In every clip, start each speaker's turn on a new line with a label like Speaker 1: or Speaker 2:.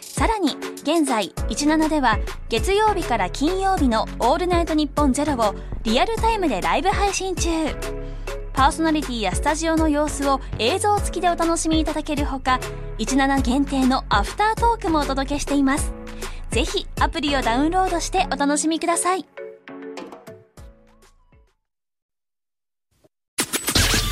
Speaker 1: さらに現在17では月曜日から金曜日の「オールナイトニッポンゼロをリアルタイムでライブ配信中パーソナリティやスタジオの様子を映像付きでお楽しみいただけるほか17限定のアフタートークもお届けしていますぜひアプリをダウンロードしてお楽しみください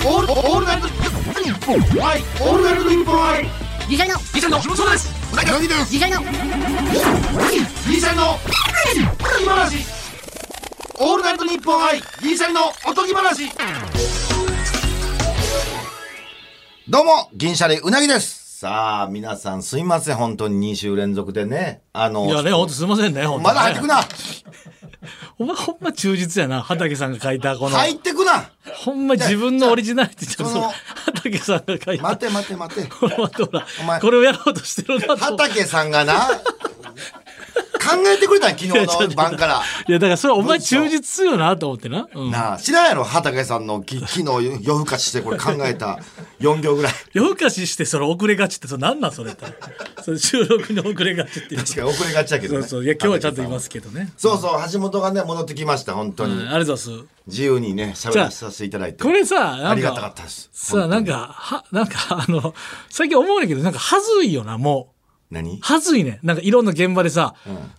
Speaker 2: オールオールナイトニッポンはいオールナイトニッポンはい
Speaker 3: ギシャリの
Speaker 2: ギシャリのそうです
Speaker 3: ギシャリの
Speaker 2: ギシャリのおとぎ話オールナイトニッポンはいギシャリのおとぎ話
Speaker 4: どうも、銀シャリうなぎです。さあ、皆さんすいません、本当に2週連続でね。あの、
Speaker 5: いやね、ほんとすいませんね、ほんとね
Speaker 4: まだ入ってくな
Speaker 5: ほんま、ほんま忠実やな、畑さんが書いた、この、
Speaker 4: 入ってくな
Speaker 5: ほんま自分のオリジナリティちょっ
Speaker 4: その
Speaker 5: と、畑さんが書いた。
Speaker 4: 待て待て待て。
Speaker 5: これ待ってほら
Speaker 4: お前
Speaker 5: これをやろうとしてるなと。
Speaker 4: 畑さんが な、考えてくれたん昨
Speaker 5: いやちょ
Speaker 4: 日
Speaker 5: っ
Speaker 4: の
Speaker 5: と
Speaker 4: 晩から。
Speaker 5: いや、だからそれお前
Speaker 4: 文章
Speaker 5: 忠実するよなと思ってな。うん。
Speaker 4: なあ、知らんやろ、畑さんの き昨日夜更かししてこれ考えた4行ぐらい。
Speaker 5: 夜更かししてそれ遅れがちって、それなんなんそ れって。それ収録に遅れがちっていう。
Speaker 4: 確かに遅れがちだけど
Speaker 5: そ
Speaker 4: ね。
Speaker 5: うそう。いや、今日はちゃんといますけどね。
Speaker 4: そうそう、橋本がね、戻ってきました、本当
Speaker 5: うん、
Speaker 4: に。
Speaker 5: ありがとうございます。
Speaker 4: 自由にね、喋らさせていただいて。
Speaker 5: これさ、なんか
Speaker 4: ありがたかったです
Speaker 5: さあ、なんか、は、なんか、あの、最近思うんだけど、なんか、はずいよな、もう。
Speaker 4: 何
Speaker 5: はずいね。なんかいろんな現場でさ、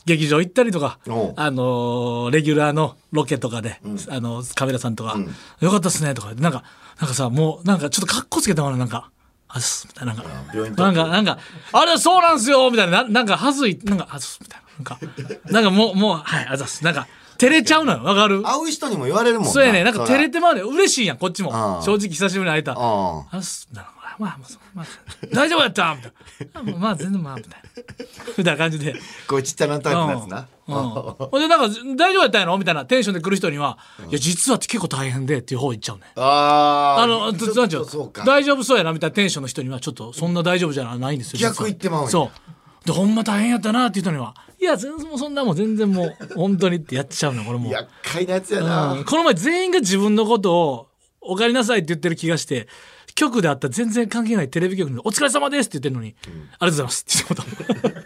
Speaker 5: 劇場行ったりとか
Speaker 4: おう、
Speaker 5: あのーレギュラーのロケとかで、あのカメラさんとか、よかったっすねとか、なんか、なんかさ、もう、なんかちょっとかっこつけたものなんか、あっす、みたいな、なんか、
Speaker 4: 病院と
Speaker 5: なんか、なんか、あれそうなんすよみたいな、ななんか、はずい、なんか、あっす、みたいな、なんか、なんかもう、もう、はい、あざっす、なんか、照れちゃうのよ、わかる
Speaker 4: 会う人にも言われるもん
Speaker 5: そうやね、なんか照れ
Speaker 4: て。
Speaker 5: てまうね、嬉しいやん、こっちも
Speaker 4: あ。あ
Speaker 5: 正直久しぶりに会えた。
Speaker 4: うん。
Speaker 5: あすなるほどまあまあそうまあ大丈夫やったみたいなあまあまあ全然まあみたいなみたいな感じで
Speaker 4: こうちっちゃなタイプのやつな。
Speaker 5: うんうんほんでなんか「大丈夫やったんやろ?」みたいなテンションで来る人には「いや実はって結構大変で」っていう方行っちゃうね
Speaker 4: あー
Speaker 5: あの
Speaker 4: ち
Speaker 5: ち
Speaker 4: ょ
Speaker 5: ょ
Speaker 4: っと
Speaker 5: なんちゅう
Speaker 4: そうか。
Speaker 5: 大丈夫そうやなみたいなテンションの人にはちょっとそんな大丈夫じゃないんですよ
Speaker 4: 逆言ってまうんや
Speaker 5: 実はそうでほんま大変やったなっていう人には「いや全然もうそんなもう全然もう本当に」ってやっちゃうのこれもう
Speaker 4: 厄介なやつやな。
Speaker 5: うんこの前全員が自分のことを「お帰りなさい」って言ってる気がして局であった全然関係ないテレビ局に「お疲れ様です」って言ってるのに「ありがとうございます」って言ってもうた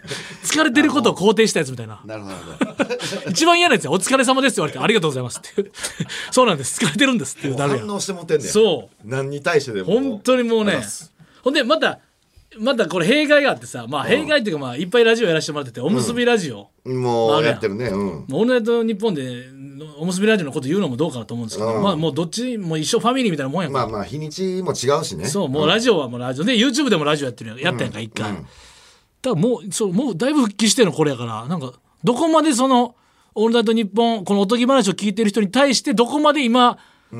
Speaker 5: 疲れてることを肯定したやつみた いな
Speaker 4: なるほどなるほど。
Speaker 5: 一番嫌なやつやお疲れ様です」って言われて「ありがとうございます」っていう そうなんです疲れてるんですっていうなるや
Speaker 4: 反
Speaker 5: ん
Speaker 4: 応してもってんねん。
Speaker 5: そう
Speaker 4: 何に対してでも。
Speaker 5: 本当にもう
Speaker 4: ありがとご
Speaker 5: ね
Speaker 4: ざいます
Speaker 5: ほんでまたまたこれ弊害があってさまあ弊害っていうかまあいっぱいラジオやらせてもらってておむすびラジオ、
Speaker 4: も
Speaker 5: あ
Speaker 4: う
Speaker 5: るや
Speaker 4: や
Speaker 5: ん
Speaker 4: ってるね。うん。
Speaker 5: もうオールナイト日本でおむすびラジオのこと言うのもどうかなと思うんですけど、
Speaker 4: うん
Speaker 5: まあもうどっちも一生ファミリーみたいなもんやから、
Speaker 4: まあまあ、日にちも違うしね。
Speaker 5: そうもうラジオはもうラジオで YouTube でもラジオやってるやんやったやんか一回、だからもうそうもうだいぶ復帰してんのこれやからなんかどこまでその「オールナイトニッポン」このおとぎ話を聞いてる人に対してどこまで今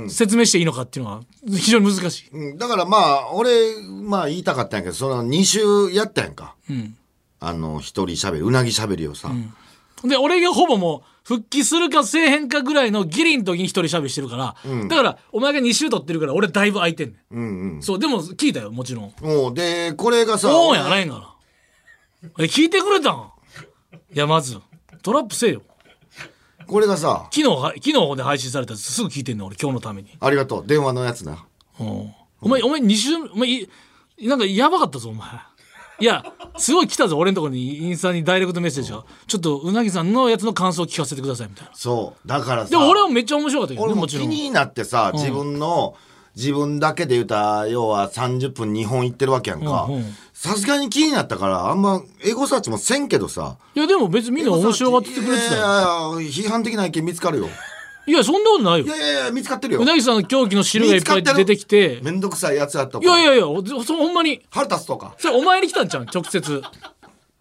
Speaker 5: 説明していいのかっていうのは非常に難しい、
Speaker 4: うん。だからまあ、俺、まあ言いたかったんやけど、その2週やったやんか。あの、一人喋り、うなぎ喋りをさ。
Speaker 5: で俺がほぼもう復帰するかせえへんかぐらいのギリの時に一人喋りしてるから、だからお前が2週取ってるから俺だいぶ空いてんねん、そうでも聞いたよもちろん
Speaker 4: もう、で、これがさ、
Speaker 5: そうやないんかなえ聞いてくれたんいやまずトラップせえよ
Speaker 4: これがさ、
Speaker 5: 昨日は昨日で配信されたやつすぐ聞いてんの俺今日のために、
Speaker 4: ありがとう。電話のやつな。
Speaker 5: うんお前お前2週お前いなんかやばかったぞお前いやすごい来たぞ俺のところにインスタにダイレクトメッセージがちょっとうなぎさんのやつの感想を聞かせてくださいみたいな
Speaker 4: そう。だからさ。
Speaker 5: でも俺はめっちゃ面白かったけど
Speaker 4: 俺
Speaker 5: ね
Speaker 4: も
Speaker 5: もちろ
Speaker 4: 気
Speaker 5: ん
Speaker 4: になってさ、自分の自分だけで言うたら要は30分2本行ってるわけやんか
Speaker 5: うんうん
Speaker 4: さすがに気になったからあんまエゴサーチもせんけどさ
Speaker 5: いやでも別にみんな面白がってくれて
Speaker 4: い
Speaker 5: た
Speaker 4: やい
Speaker 5: よ
Speaker 4: や批判的な意見見つかるよ
Speaker 5: いやそんなことない
Speaker 4: いや
Speaker 5: よ
Speaker 4: いやいや見つかってるよ
Speaker 5: うなぎさんの狂気の汁がいっぱい出てきて
Speaker 4: めんどくさいやつやった
Speaker 5: いやい
Speaker 4: や
Speaker 5: やいやおそほんまに
Speaker 4: 腹立つとか
Speaker 5: それお前に来たんちゃうん直接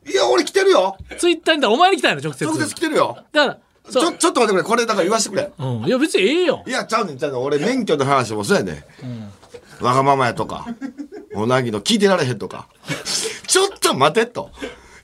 Speaker 4: いや俺来てるよ
Speaker 5: ツイッターにだからお前に来たんやろ直接
Speaker 4: 直接来てるよ
Speaker 5: だから
Speaker 4: ち
Speaker 5: そ
Speaker 4: ょ
Speaker 5: う、
Speaker 4: ちょっと待ってくれこれだから言わしてくれ
Speaker 5: うん、いや別にええよ
Speaker 4: いやちゃうねんちゃうねん俺免許の話もそうやね、ん、わがままやとかおなぎの聞いてられへんとかちょっと待てと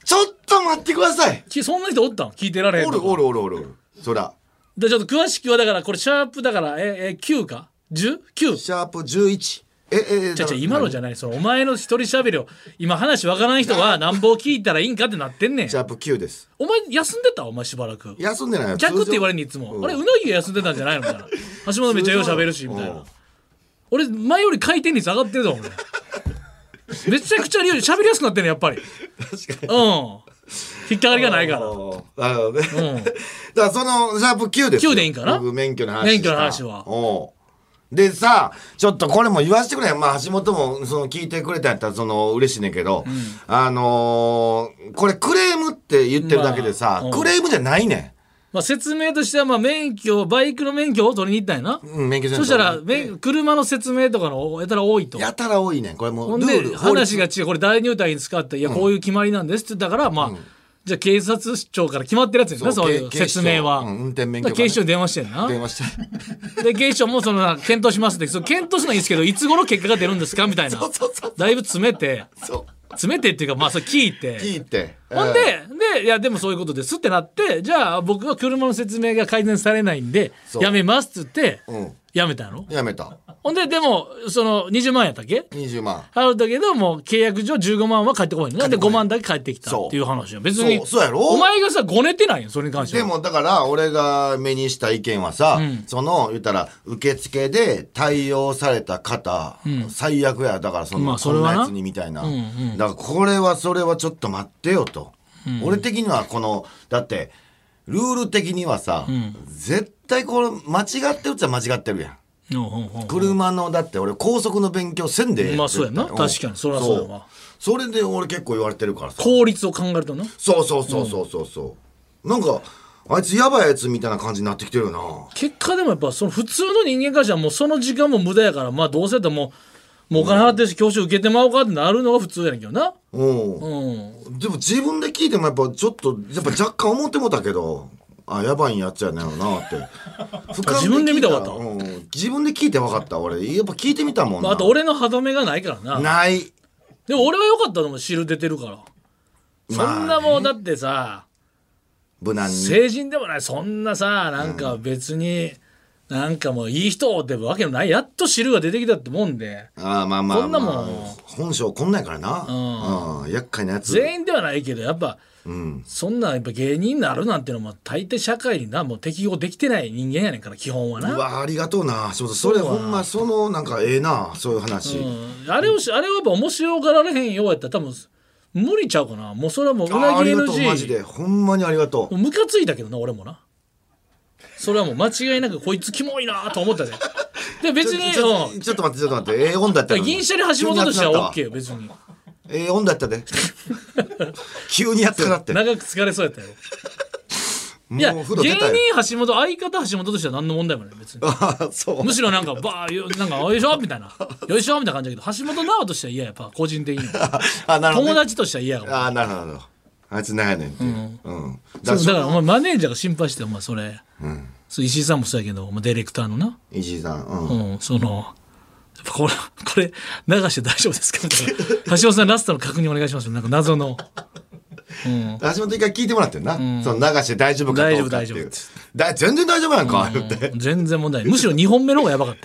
Speaker 4: ちょっと待ってください
Speaker 5: きそんな人おったん聞いてられへん
Speaker 4: お
Speaker 5: とか
Speaker 4: るおるおるおるおるそら
Speaker 5: でちょっと詳しくはだからこれシャープだからええ9か 10?9?
Speaker 4: シャープ11。え、え、え、
Speaker 5: じゃじゃ今のじ
Speaker 4: ゃ
Speaker 5: ゃないそのお前の一人喋りを今話わからない人は何ぼ聞いたらいいんかってなってんねん
Speaker 4: シャープ9です。
Speaker 5: お前休んでたお前しばらく
Speaker 4: 休んでないよ
Speaker 5: 逆って言われるにいつ
Speaker 4: 通常
Speaker 5: も、
Speaker 4: うん
Speaker 5: あれうなぎが休んでたんじゃないのみ たいな橋本めっちゃよう喋るしみたいな、
Speaker 4: うん
Speaker 5: 俺前より回転率上がってる ぞ俺めちゃくちゃリアル喋りやすくなってるねやっぱり確かにうん引っかかりがないから
Speaker 4: おーなるほどね。
Speaker 5: う ん
Speaker 4: だからそのシャープ9ですよ。
Speaker 5: 9でいいんかな
Speaker 4: 僕免許の話。
Speaker 5: 免許の話は
Speaker 4: おうでさ、ちょっとこれも言わせてくれ。まあ橋本もその聞いてくれたんやったらその嬉しいねんけど、あのーこれクレームって言ってるだけでさ、
Speaker 5: まあうん
Speaker 4: クレームじゃないね
Speaker 5: まあ、説明としてはまあ免許バイクの免許を取りに行ったんやな、
Speaker 4: ん。うん、免許証
Speaker 5: そしたら免車の説明とかのやたら多いと
Speaker 4: やたら多いねん。これも
Speaker 5: ほ
Speaker 4: うんル
Speaker 5: で
Speaker 4: ール。法律
Speaker 5: 話が違うこれ大入隊に使ったいやこういう決まりなんですって言ったからまあ、じゃあ警察庁から決まってるやつや
Speaker 4: そ
Speaker 5: な
Speaker 4: う
Speaker 5: そういう
Speaker 4: 警警視
Speaker 5: 説明は、
Speaker 4: 庁うん運転免許がね
Speaker 5: だから警視庁に電話してんな
Speaker 4: 電話して。
Speaker 5: で警視庁もその検討しますってそう検討するのはいいですけどいつ頃結果が出るんですかみたいな
Speaker 4: そうそう
Speaker 5: だいぶ詰めて
Speaker 4: そう。
Speaker 5: 詰めてっていうか まあそれ聞いて
Speaker 4: 聞いて。
Speaker 5: ほん
Speaker 4: う
Speaker 5: で、で、いや、でもそういうことですってなって、じゃあ僕は車の説明が改善されないんで、
Speaker 4: そう
Speaker 5: やめますって言って、
Speaker 4: うん
Speaker 5: やめたの
Speaker 4: やめた。
Speaker 5: ほんで、でも、その20万円やったっけ
Speaker 4: 20万。
Speaker 5: 払うんだけど、もう契約上15万は返ってこないのなんで
Speaker 4: 返ってこな
Speaker 5: 5
Speaker 4: い
Speaker 5: 万だけ返ってきた
Speaker 4: そう
Speaker 5: っていう話よ。別に。
Speaker 4: そうそうやろ
Speaker 5: お前がさ、ごねてないよ、それに関して
Speaker 4: で
Speaker 5: は。
Speaker 4: もだから俺が目にした意見はさ、
Speaker 5: ん
Speaker 4: その言ったら受付で対応された方、最悪やだからその、
Speaker 5: まあそれ
Speaker 4: こん
Speaker 5: はな
Speaker 4: なやつにみたいな、
Speaker 5: うん
Speaker 4: だからこれはそれはちょっと待ってよと、俺的にはこのだってルール的にはさ、絶対これ間違ってるっちゃ間違ってるやん
Speaker 5: うんうんうん
Speaker 4: 車のだって俺高速の勉強せんでええ
Speaker 5: まあそうやな
Speaker 4: 絶対
Speaker 5: 確かにそりゃそうやわ
Speaker 4: そうそれで俺結構言われてるからさ
Speaker 5: 効率を考えるとな。
Speaker 4: そうそうそうそうそうそう、なんかあいつやばいやつみたいな感じになってきてるよな
Speaker 5: 結果でもやっぱその普通の人間からしたらもうその時間も無駄やからまあどうせやったらもうもうお金払ってるし教習受けてまおうかってなるのが普通やねんけどな
Speaker 4: うん、
Speaker 5: うん
Speaker 4: でも自分で聞いてもやっぱちょっとやっぱ若干思ってもうたけどあやばいんやっちゃうなよなって俯瞰聞いら
Speaker 5: 自分で見たわと
Speaker 4: うん、自分で聞いて分かった俺やっぱ聞いてみたもんな、
Speaker 5: まあ、あと俺の歯止めがないからな
Speaker 4: ない
Speaker 5: でも俺は良かったと思う汁出てるから
Speaker 4: まあね
Speaker 5: そんなもうだってさ
Speaker 4: 無難に
Speaker 5: 成人でもないそんなさなんか別になんかもういい人ってわけのないやっと汁が出てきたってもんで
Speaker 4: ああまあまあ、まあ、
Speaker 5: こんなもん
Speaker 4: 本性こんなんやからな、うん厄介なやつ
Speaker 5: 全員ではないけどやっぱ
Speaker 4: うん、
Speaker 5: そんなんやっぱ芸人になるなんてのも大抵社会になもう適合できてない人間やねんから基本は
Speaker 4: う
Speaker 5: な
Speaker 4: わありがとうな橋本それほんまそのなんかええなそういう話、
Speaker 5: うんあれをし、あれはやっぱ面白がられへんようやったら多分無理ちゃうかな。もうそれはもうう
Speaker 4: あー
Speaker 5: な
Speaker 4: あ
Speaker 5: ぎ
Speaker 4: りがとうマジ
Speaker 5: NG。
Speaker 4: でほんまにありがとう
Speaker 5: もうムカついたけどな、俺もな。それはもう間違いなくこいつキモいなと思ったで。で別に、
Speaker 4: ちょ
Speaker 5: うん
Speaker 4: ちょっと待ってちょっと待ってええ女やった
Speaker 5: だか
Speaker 4: よ
Speaker 5: ら銀シャリ橋本としては
Speaker 4: 急
Speaker 5: OK
Speaker 4: に熱くなったわ
Speaker 5: よ、別に。
Speaker 4: ええ女やったで 急にやったなって
Speaker 5: 長く疲れそうやったよ。いや、
Speaker 4: もう
Speaker 5: 芸
Speaker 4: 風呂出たよ
Speaker 5: 人橋本、相方橋本としては何の問題もない、別に。
Speaker 4: ああ そう
Speaker 5: むしろなんか、ばあ、よなんか、よいしょ みたいな。よいしょみたいな感じだけど、橋本直としては嫌や、やっぱ、個人的には。
Speaker 4: あなるほど
Speaker 5: 友
Speaker 4: ね、
Speaker 5: 達としては嫌やわ
Speaker 4: ああなるほどなるほどあいつなんやねんってうん、だから
Speaker 5: そう
Speaker 4: そ
Speaker 5: だからお前マネージャーが心配してお前それ、そう石井さんもそうやけどお前ディレクターのな、
Speaker 4: 石井さんうん、
Speaker 5: うん、そのやっぱこれこれ流して大丈夫ですかみたい な橋本さんラストの確認お願いしますよなんか謎の
Speaker 4: 橋本一回聞いてもらってんな、その流して大丈夫かどうかってい
Speaker 5: 大丈夫大丈
Speaker 4: う
Speaker 5: 夫
Speaker 4: だ全然大丈夫なんか、言って
Speaker 5: 全然問題ないむしろ2本目の方がやばかっ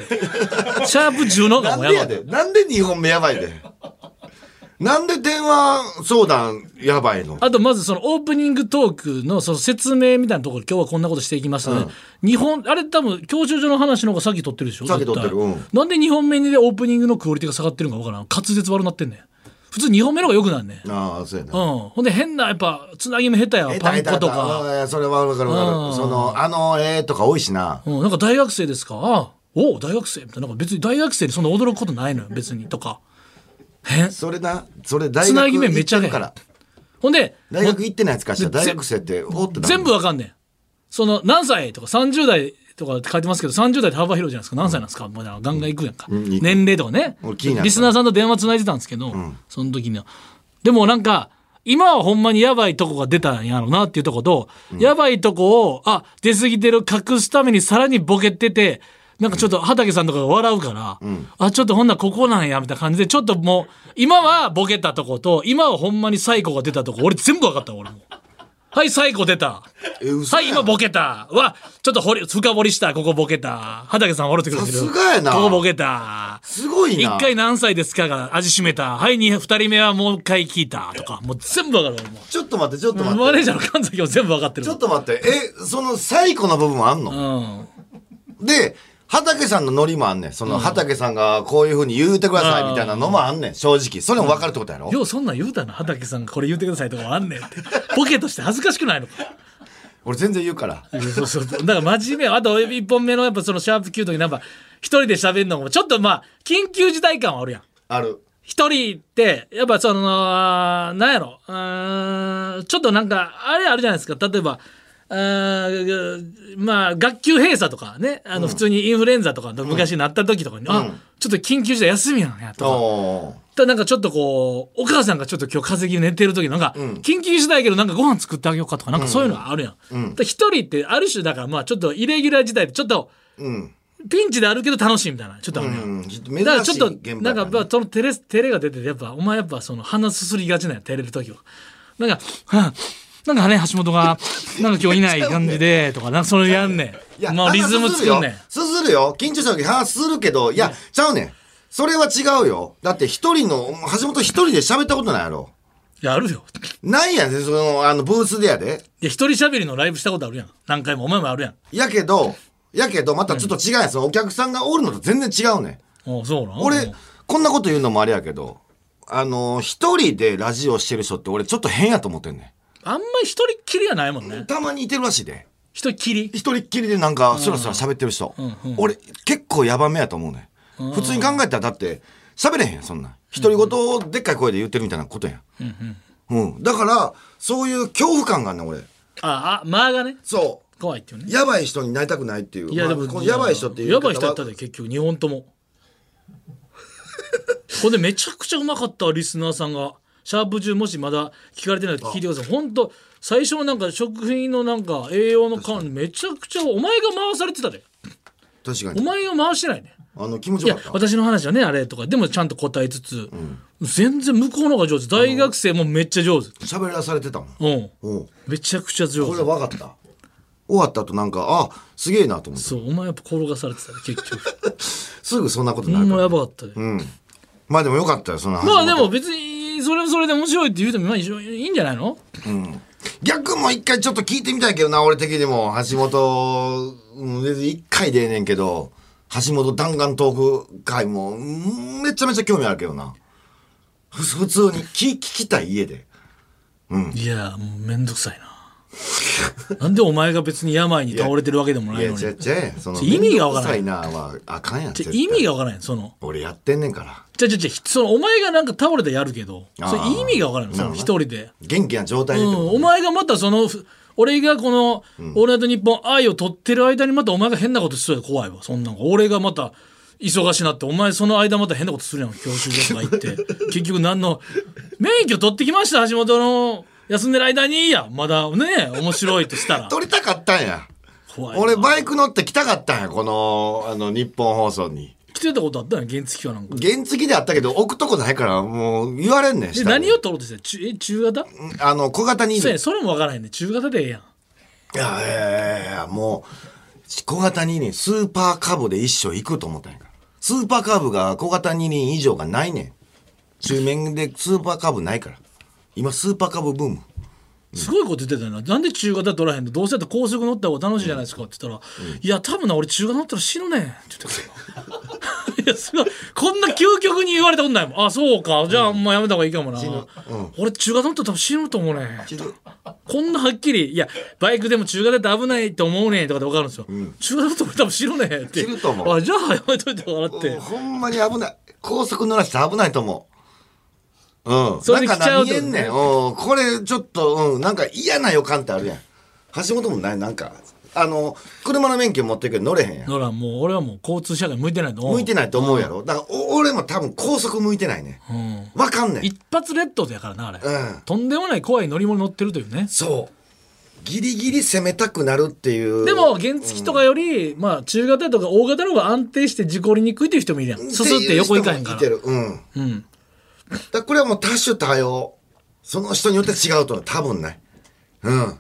Speaker 5: た よシャープ10の方が
Speaker 4: な
Speaker 5: も
Speaker 4: ん
Speaker 5: う
Speaker 4: で
Speaker 5: やば
Speaker 4: や
Speaker 5: かっ
Speaker 4: でなんで2本目やばいでなんで電話相談やばいの
Speaker 5: たあとまずそのオープニングトークのその説明みたいなところ今日はこんなことしていきますので、日本あれ多分教習所の話の方が先取ってるでしょ
Speaker 4: 先取ってる
Speaker 5: 絶対
Speaker 4: うん
Speaker 5: なんで2本目にでオープニングのクオリティが下がってるのかわからん滑舌悪なってんねん普通2本目の方がよくなんねん
Speaker 4: ああそうやな、
Speaker 5: うん、ほんで変なやっぱつなぎ目下手やわ
Speaker 4: え
Speaker 5: パン粉とか、
Speaker 4: ああそれはわかるわか
Speaker 5: うん
Speaker 4: る。その、あの、えーとか多いしな。
Speaker 5: うん、なんか大学生ですかあおう大学生みたいななんか別に大学生にそんな驚くことないのよ別にとか変
Speaker 4: それな、それ大
Speaker 5: つ
Speaker 4: 学
Speaker 5: なぎ目めっちゃ
Speaker 4: 行ってるから。
Speaker 5: ほんで
Speaker 4: 大学行ってないやつからした
Speaker 5: で
Speaker 4: ら大学生って、おってなる
Speaker 5: 全部わかんねんその何歳とか30代とかって書いてますけど30代って幅広いじゃないですか何歳なんですか、もうなんかガンガンいくやんか、
Speaker 4: ん行く
Speaker 5: 年齢とかね
Speaker 4: 俺気になった
Speaker 5: リスナーさんと電話つないでたんですけど、その時にはでもなんか今はほんまにやばいとこが出たんやろうなっていうとこと、やばいとこをあ出過ぎてる隠すためにさらにボケててなんかちょっと畑さんとかが笑うから、あちょっとほんならここなんやみたいな感じでちょっともう今はボケたとこと今はほんまに最後が出たとこ俺全部わかった俺も。はい、最後出た。
Speaker 4: え嘘
Speaker 5: は
Speaker 4: やん
Speaker 5: い、今ボケた。は、ちょっと掘り、深掘りした。ここボケた。畑さん掘るってくれてる。
Speaker 4: さすがやな
Speaker 5: ここボケた。
Speaker 4: すごい
Speaker 5: 一
Speaker 4: な
Speaker 5: 回何歳ですかが味しめた。はい、二二人目はもう一回聞いた。とか、もう全部わかる。も
Speaker 4: ちょっと待ってちょっと
Speaker 5: う
Speaker 4: 待
Speaker 5: マ
Speaker 4: っ
Speaker 5: ネ
Speaker 4: て
Speaker 5: ージャーの神崎も全部わかってる
Speaker 4: ちょ。っと待ってえその最後の部分あんの
Speaker 5: うん。
Speaker 4: で、畑さんのノリもあんねん。その畑さんがこういうふうに言うてくださいみたいなのもあんねん。正直。それも分かるってことやろ
Speaker 5: ようそんなん言うたな畑さんがこれ言うてくださいとかあんねんってボケとして恥ずかしくないのか
Speaker 4: 俺全然言うから。
Speaker 5: そうそうだから真面目あと1本目のやっぱそのシャープ Q の時なんか一人で喋るのもちょっとまあ緊急事態感はあるやん
Speaker 4: ある。
Speaker 5: 一人ってやっぱそのあーなんやろうーんちょっとなんかあれあるじゃないですか例えばあーまあ学級閉鎖とかねあの普通にインフルエンザとか昔なった時とかに、あちょっと緊急事態休みなのやとか
Speaker 4: おー
Speaker 5: ただなんかちょっとこうお母さんがちょっと今日風邪気で寝てる時なんか、緊急事態やけどなんかご飯作ってあげようかとかなんかそういうのがあるやん。だから一、人ってある種だからまあちょっとイレギュラー事態でちょっと
Speaker 4: うん。
Speaker 5: ピンチであるけど楽しいみたいなちょっとあるやん。
Speaker 4: うん。ちょっと
Speaker 5: だから
Speaker 4: 珍
Speaker 5: ちょ
Speaker 4: し
Speaker 5: っ
Speaker 4: い
Speaker 5: と
Speaker 4: 現場
Speaker 5: なん
Speaker 4: だ
Speaker 5: かま
Speaker 4: ね
Speaker 5: あその照れ照れが出ててやっぱお前やっぱその鼻すすりがちなんや照れる時は。なんかはぁなんかね橋本 がなんか今日いない感じでとかなんかそれやんね
Speaker 4: いや
Speaker 5: ん。まあリズム作んねん。
Speaker 4: すするよ。緊張した時話するけど、いや、ちゃうねん。それは違うよ。だって一人の、橋本一人で喋ったことないやろ。
Speaker 5: やるよ。
Speaker 4: ないやん、その、あの、ブースでやで。
Speaker 5: いや一人喋りのライブしたことあるやん。何回もお前もあるやん。
Speaker 4: やけど、やけど、またちょっと違うやん。そのお客さんがおるのと全然違うねん。
Speaker 5: おうそうなん
Speaker 4: 俺こんなこと言うのもあれやけどあの一人でラジオしてる人って俺ちょっと変やと思ってんね
Speaker 5: あんまり一人っきりはないもんね
Speaker 4: ん。たまにいてるらしいで
Speaker 5: 一人っきり。
Speaker 4: 一人っきりでなんかスラスラ喋ってる人、俺結構ヤバめやと思うねん、普通に考えたらだって喋れへんやんそんなん独り言をでっかい声で言ってるみたいなことやん、うんだからそういう恐怖感があんねん俺
Speaker 5: あ、あ、間がね、
Speaker 4: そ
Speaker 5: 怖いっていう
Speaker 4: う
Speaker 5: ね。
Speaker 4: やばい人になりたくないっていう
Speaker 5: いや、でも、
Speaker 4: まあこのやばい人っていう言
Speaker 5: やばい
Speaker 4: い
Speaker 5: 人
Speaker 4: 方
Speaker 5: や
Speaker 4: は
Speaker 5: ったで、結局、日本とも。 これめちゃくちゃうまかったわリスナーさんが。シャープ中もしまだ聞かれてないと聞いてください。本当最初のなんか食品のなんか栄養の管理めちゃくちゃお前が回されてたで。
Speaker 4: 確か
Speaker 5: お
Speaker 4: に
Speaker 5: 前が回してないね。
Speaker 4: あの気持ち
Speaker 5: いや
Speaker 4: よかった
Speaker 5: 私の話はねあれとかでもちゃんと答えつつ、全然向こうの方が上手。大学生もめっちゃ上手。
Speaker 4: 喋らされてたもん
Speaker 5: うん。
Speaker 4: うん
Speaker 5: めちゃくちゃ上
Speaker 4: これ
Speaker 5: 手
Speaker 4: は。分かった終わった後なんかあすげえなと思って
Speaker 5: そう、お前やっぱ転がされてたね、結 局。
Speaker 4: すぐそんなことに
Speaker 5: ほ
Speaker 4: なる
Speaker 5: ん
Speaker 4: か
Speaker 5: ま
Speaker 4: ら
Speaker 5: やばかったで。
Speaker 4: うんまあでもよかったよその話
Speaker 5: まあでも別に、それはそれで面白いって言うても、まあ一緒いいんじゃないの
Speaker 4: 逆も一回ちょっと聞いてみたいけどな俺的にも橋本うん別に一回でええねんけど橋本弾丸トーク会もうんめちゃめちゃ興味あるけどなふ普通に聞聞きたい家で
Speaker 5: いや、もうめんどくさいな。なんでお前が別に病に倒れてるわけでも
Speaker 4: い
Speaker 5: ない
Speaker 4: や
Speaker 5: のに。
Speaker 4: 違う違うその
Speaker 5: ちょ意味がわからない
Speaker 4: 面倒くさいなはあかんやん
Speaker 5: ちょ
Speaker 4: 絶対
Speaker 5: 意味がわからないその。
Speaker 4: 俺やってんねんから
Speaker 5: じゃじゃじゃそのお前がなんか倒れたらやるけど、
Speaker 4: あー
Speaker 5: それ意味がわからないその一人で。
Speaker 4: 元気な状態で
Speaker 5: う
Speaker 4: っ
Speaker 5: ん
Speaker 4: てこと、
Speaker 5: お前がまたその、ふ俺がこの、オールナイトニッポン愛を取ってる間にまたお前が変なことしそうや怖いわ。そんなんか俺がまた忙しなって、お前その間また変なことするやん。教習所とか行 って。結局何の、免許取ってきました、橋本の。休んでる間にいいや。まだね、面白 いとしたら。
Speaker 4: 撮りたかったんや
Speaker 5: 怖いわ。
Speaker 4: 俺バイク乗って来たかったんやこのあの日本放送に
Speaker 5: 来てたことあったんや、原付きはなんか。
Speaker 4: 原付であったけど置くとこないからもう言われんねん
Speaker 5: で、
Speaker 4: 下に
Speaker 5: 何を取ろうとしてた中え中型
Speaker 4: あの小型にい
Speaker 5: そうや
Speaker 4: る
Speaker 5: ねそれもわからへんね。中型でええやん。
Speaker 4: いやいやいやいやもう小型にねスーパーカブで一生行くと思ったんやからスーパーカブが小型2輪以上がないねん中面でスーパーカブないから今スーパーカブブーム
Speaker 5: すごいこと言ってたよな。なんで中型取らへんのどうせやったら高速乗った方が楽しいじゃないですかって言ったら、いや、多分な、俺中型乗ったら死ぬねんって言ってたよ いや、すごい。こんな究極に言われたことないもん。あ、そうか。じゃあ、もうやめた方がいいかもな。俺中型乗ったら多分死ぬと思うねん。こんなはっきり、いや、バイクでも中型って危ないと思うねんとかで分かるんですよ。中型乗ったら俺多分死ぬねんって。
Speaker 4: 死ぬと思う
Speaker 5: あ、じゃあやめといてもらって。
Speaker 4: ほんまに危ない高速乗らして危ないと思ううん、
Speaker 5: それで
Speaker 4: なん
Speaker 5: 来ちゃ
Speaker 4: か
Speaker 5: う
Speaker 4: な見
Speaker 5: っ
Speaker 4: え
Speaker 5: てこと
Speaker 4: ん
Speaker 5: ね
Speaker 4: ねん、うん、これちょっと、うん、なんか嫌な予感ってあるやん橋本もないなんかあの車の免許持ってるけど乗れへんやん
Speaker 5: ノラン、もう俺はもう交通社会向いてないの。
Speaker 4: 向いてないと思うやろだからお俺も多分高速向いてないね
Speaker 5: うん。
Speaker 4: わかんねん
Speaker 5: 一発レッドだからな、あれ。
Speaker 4: うん
Speaker 5: とんでもない怖い乗り物乗ってるというね。
Speaker 4: そうギリギリ攻めたくなるっていう
Speaker 5: でも原付とかより、まあ中型とか大型の方が安定して事故りにくいっていう人もいるやんすすって横行かへんか
Speaker 4: ってい
Speaker 5: ら
Speaker 4: う人もいてるうん
Speaker 5: うん
Speaker 4: だからこれはもう多種多様その人によって違うとは多分ないうん。だか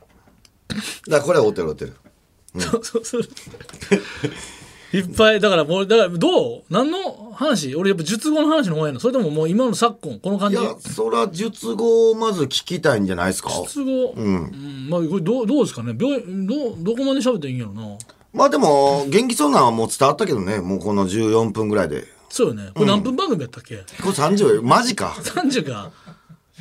Speaker 4: らこれは合ってる合ってる。
Speaker 5: そう するいっぱいだからもうだからどう何の話俺やっぱ術後の話の方やのそれとももう今の昨今この感
Speaker 4: い
Speaker 5: じ
Speaker 4: や、そら、術後をまず聞きたいんじゃないですか。
Speaker 5: 術後うん、まあこれどうどうですかね病院どうどこまで喋っていいんやろな
Speaker 4: まあでも、元気そうなのはもう伝わったけどね、もうこの14分ぐらいで。
Speaker 5: そうよねこれ何分番組やったっけ、
Speaker 4: これ30よ、マジか。
Speaker 5: 30か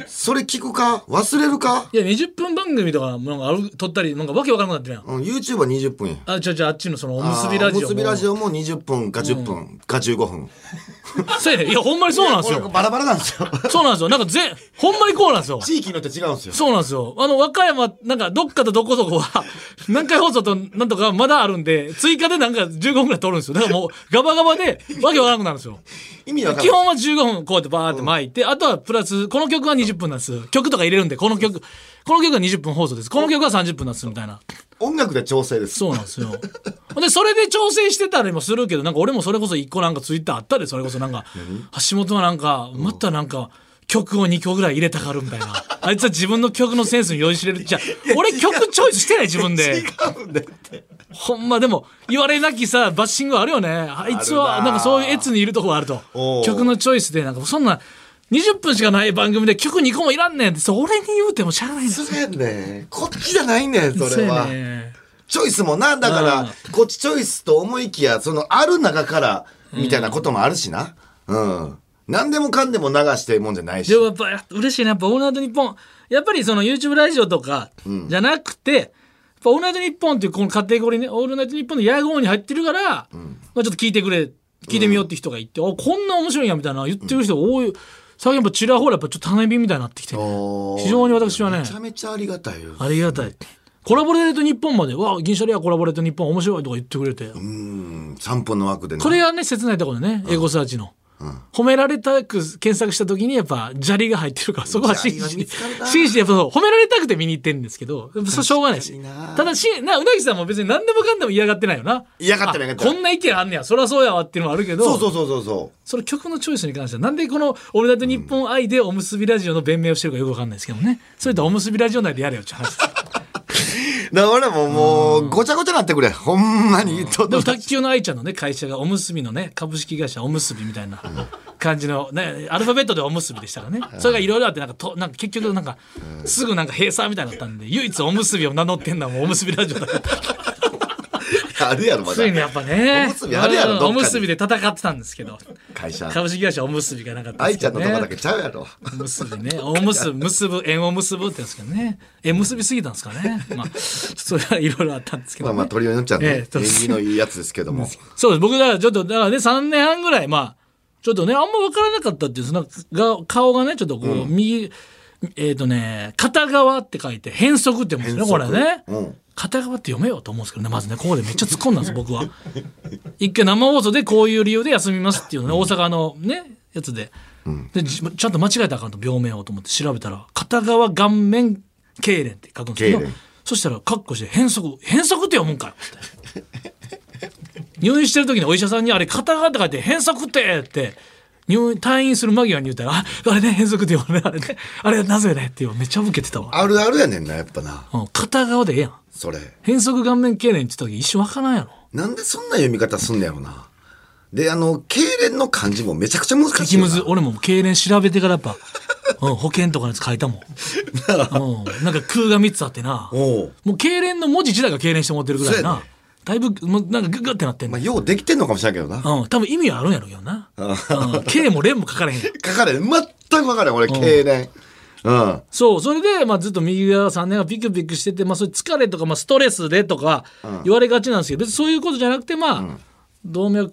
Speaker 4: それ聞くか忘れるか
Speaker 5: いや20分番組とかもなんかある撮ったりなんかわけわからなくなってるやん
Speaker 4: うん、YouTube は20分や。
Speaker 5: あちょちょあっちのそのおむすびラジオ
Speaker 4: あーおむすびラジオも20分か10分か15分。
Speaker 5: そうやねいやほんまにそうなんです
Speaker 4: これ
Speaker 5: よ
Speaker 4: バラバラなん ですよ。
Speaker 5: そうなんですよなんかぜほんまにこうなんですよ
Speaker 4: 地域によって違うんですよ。
Speaker 5: そうなんですよ。あの、和歌山、なんか、どっかとどこどこは、 南海放送となんとかまだあるんで、追加でなんか15分くらい撮るんですよ。だからもう、ガバガバで、わけわからなくなるんですよ。
Speaker 4: 意味わかん
Speaker 5: 基
Speaker 4: ない。
Speaker 5: 本は15分こうやってバーって巻いて、あとはプラス、この曲は20分なんです。曲とか入れるんで、この曲、この曲は20分放送です。この曲は30分なんです、みたいな。
Speaker 4: 音楽で調整です。
Speaker 5: そうなんですよ。ほんで、それで調整してたりもするけど、なんか俺もそれこそ一個なんかツイッターあったで、それこそなんか、橋本はなんか、またなんか、曲を2個ぐらい入れたがるみたいな。あいつは自分の曲のセンスに酔いしれる。じゃあ俺曲チョイスしてない自分で。
Speaker 4: うんでって。
Speaker 5: ほんまでも、言われなきさ、バッシングはあるよね。あいつ
Speaker 4: あ
Speaker 5: は、
Speaker 4: るな
Speaker 5: なんかそういうエツにいるとこがあると
Speaker 4: お。う
Speaker 5: 曲のチョイスで、なんかそんな、20分しかない番組で曲2個もいらんねんって、それ俺に言うてもしゃあないんですよ。
Speaker 4: そうやねんこっちじゃないねん、それは
Speaker 5: そう。やね
Speaker 4: チョイスもな、だか
Speaker 5: うん
Speaker 4: ら、こっちチョイスと思いきや、そのある中から、みたいなこともあるしな。うん。何でもかんでも流してるもんじゃないし
Speaker 5: で。もやっぱ嬉しいなやっぱ「オールナイトニッポン」やっぱりその YouTube ラジオとかじゃなくて「やっぱオールナイトニッポン」っていうこのカテゴリーね「オールナイトニッポン」の野号に入ってるから、まあ、ちょっと聞いてくれ聞いてみようって人がいて、あこんな面白いんやみたいな言ってる人が多い、最近やっぱちらほらやっぱちょっと花火みたいになってきてね、
Speaker 4: おー
Speaker 5: 非常に私はね
Speaker 4: めちゃめちゃありがたいよ。
Speaker 5: ありがたい。コラボレート日本まで、わあ、銀シャリアコラボレート日本面白いとか言ってくれて。
Speaker 4: うん、3分の枠でな
Speaker 5: これがね、切ないところでね、エゴサーチの。褒められたく検索した時にやっぱ砂利が入ってるからそこは真
Speaker 4: 砂利が
Speaker 5: 摯
Speaker 4: 見
Speaker 5: に
Speaker 4: つかるな
Speaker 5: 真摯にやっぱそう褒められたくて見に行ってるんですけどやっぱそうしょうがないし
Speaker 4: 確かにな
Speaker 5: ただしなうなぎさんも別に何でもかんでも嫌がってないよな
Speaker 4: 嫌がってない
Speaker 5: あ
Speaker 4: 嫌がってな
Speaker 5: こ
Speaker 4: い
Speaker 5: んな意見あんねやそりゃそうやわっていうのもあるけど
Speaker 4: そうそうそうそうそ
Speaker 5: その曲のチョイスに関してはなんでこの「俺だと日本愛」でおむすびラジオの弁明をしてるかよくわかんないですけどねそれとおむすびラジオ内でやれよって話です
Speaker 4: う。 だから俺ももう、ごちゃごちゃなってくれ。ほんまに。と
Speaker 5: でも卓球の愛ちゃんのね会社がおむすびのね株式会社おむすびみたいな感じの、ね、アルファベットでおむすびでしたからねそれがいろいろあってなんかとなんか結局なんかすぐなんか閉鎖みたいになったんで唯一おむすびを名乗ってんのはもうおむすびラジオだから
Speaker 4: あるやろ、まだ
Speaker 5: つい。にやっぱね
Speaker 4: おむすびあるやろどっかに
Speaker 5: おむすびで戦ってたんですけど
Speaker 4: 会社。
Speaker 5: 株式会社おむすびがなかったんで
Speaker 4: 愛
Speaker 5: す
Speaker 4: ち
Speaker 5: け
Speaker 4: ゃん
Speaker 5: ど、
Speaker 4: の
Speaker 5: ね、
Speaker 4: とこだけちゃうやろ。
Speaker 5: 結びね、おむすぶ、結ぶ、縁を結ぶってやつですけどね。縁結びすぎたんですかね。まあ、それはいろいろあったんですけど、
Speaker 4: ま
Speaker 5: ね。
Speaker 4: あまあ、鳥をのっちゃんの
Speaker 5: ええ
Speaker 4: ね
Speaker 5: そ
Speaker 4: 縁
Speaker 5: うです
Speaker 4: 起のいいやつですけども。
Speaker 5: そうです僕だからちょっとだからね3年半ぐらいまあちょっとねあんま分からなかったっていうそのが顔がねちょっとこう、右えっ、とね片側って書いて変則って読むんですねこれね、
Speaker 4: うん
Speaker 5: 片側って読めようと思うんですけどねまずねここでめっちゃ突っ込んだんです僕は 一回生放送でこういう理由で休みますっていうのね大阪のねやつで,、でじちゃんと間違えたらあかんと病名をと思って調べたら片側顔面痙攣って書くんですけど
Speaker 4: 痙攣
Speaker 5: そしたらカッコして変則変則って読むんかよって入院してる時にお医者さんに「あれ肩が」って書いて「変則って」って入院退院する間際に言ったら「ああれね変則って言われあれねあれなぜね」って言うめっちゃ受けてたわ、
Speaker 4: あるあるやねんな、やっぱな。
Speaker 5: うん、片側でええやん
Speaker 4: それ。
Speaker 5: 変則顔面痙攣って言った時一瞬わからんやろ
Speaker 4: なんでそんな読み方すんねやろな。で、あの、痙攣の漢字もめちゃくちゃ難しい
Speaker 5: 激
Speaker 4: よ
Speaker 5: ム
Speaker 4: な。
Speaker 5: ズ俺も痙攣調べてからやっぱ、うん、保険とかのやつ書 いたもん、うん、なんか空が3つあってな
Speaker 4: おう
Speaker 5: もう痙攣の文字自体が痙攣して持ってるぐらいやな
Speaker 4: そうや
Speaker 5: だいぶもうなんかグッグッってなってん
Speaker 4: ま
Speaker 5: の、
Speaker 4: あ、ようできてんのかもしれんけどな。
Speaker 5: うん、多分意味はあるんやろうけどな「 うん、K」も「連」も書かれへんやん
Speaker 4: 書かれん。全く分からん、俺、痙攣。うん。
Speaker 5: そう、それで、まあ、ずっと右側3年がピクピクしてて、まあ、それ疲れとか、まあ、ストレスでとか言われがちなんですけど、別にそういうことじゃなくて、まあ、動脈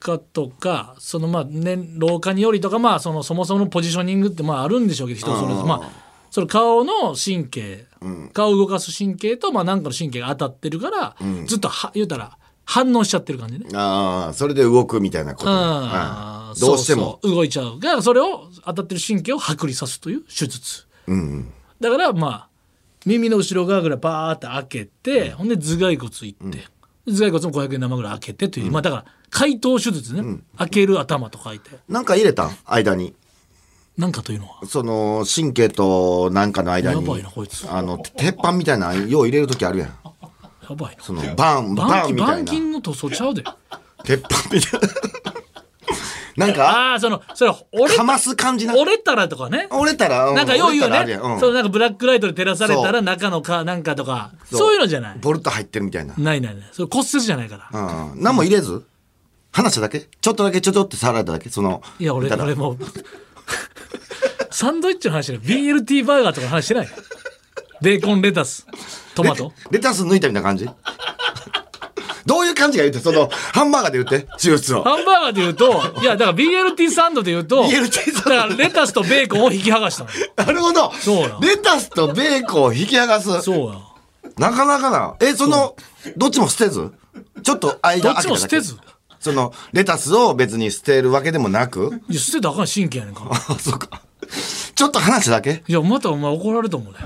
Speaker 5: 硬化とか、その、まあ、年、老化によりとか、まあ、その、そもそものポジショニングって、まあ、あるんでしょうけど、人それぞれ。まあ、その顔の神経、顔を動かす神経と、まあ、なんかの神経が当たってるから、ずっとは、言うたら、反応しちゃってる感じね。
Speaker 4: ああ、それで動くみたいなことね。
Speaker 5: あ
Speaker 4: うん
Speaker 5: ー
Speaker 4: どうしても。
Speaker 5: そうそう動いちゃうがそれを当たってる神経を剥離さすという手術、だからまあ耳の後ろ側ぐらいバーって開けて、ほんで頭蓋骨いって、頭蓋骨も500円玉ぐらい開けてという、まあだから解凍手術ね、開ける頭と書いて
Speaker 4: なんか入れたん間に。
Speaker 5: なんかというのは
Speaker 4: その神経となんかの間に
Speaker 5: やばいなこいつ
Speaker 4: あの鉄板みたいなのよう入れる時あるやん
Speaker 5: やばいな
Speaker 4: そのバン
Speaker 5: 板
Speaker 4: バンみ
Speaker 5: 金
Speaker 4: たい
Speaker 5: 板
Speaker 4: な
Speaker 5: 金の塗装ちゃ うで
Speaker 4: 鉄板みたいな なんか
Speaker 5: ああそのそれ折れ
Speaker 4: かます感じな
Speaker 5: 折れたらとかね
Speaker 4: 折れたら、う
Speaker 5: なんかよう言う
Speaker 4: 折れたらあ
Speaker 5: よ
Speaker 4: る
Speaker 5: ね、
Speaker 4: やんうん
Speaker 5: そのなんかブラックライトで照らされた
Speaker 4: そ
Speaker 5: ら中のかなんかとか
Speaker 4: そ
Speaker 5: そうういうのじゃない
Speaker 4: ボルト入ってるみたいな
Speaker 5: ないないないそれ骨折じゃないから
Speaker 4: うん何も入れず話しただけちょっとだけちょちょって触られただけその
Speaker 5: いや俺
Speaker 4: 見たら
Speaker 5: 俺もうサンドイッチの話しない BLT バーガーとかの話してないベーコンレタストマト
Speaker 4: レタス抜いたみたいな感じどういう感じが言ってそのハンバーガーで言って手術を
Speaker 5: ハンバーガーで言うといやだから BLT サンドで言うと
Speaker 4: BLT サンド
Speaker 5: だからレタスとベーコンを引き剥がしたの
Speaker 4: なるほど
Speaker 5: そうや
Speaker 4: レタスとベーコンを引き剥がす
Speaker 5: そうや
Speaker 4: なかなかなえそのどっちも捨てずちょっと間
Speaker 5: どっちも
Speaker 4: 空けただけ
Speaker 5: 捨てず
Speaker 4: そのレタスを別に捨てるわけでもな く
Speaker 5: いや捨てたらあかん神経やねんから
Speaker 4: あそうかちょっと話しただけ
Speaker 5: いやまたお前怒られると思うね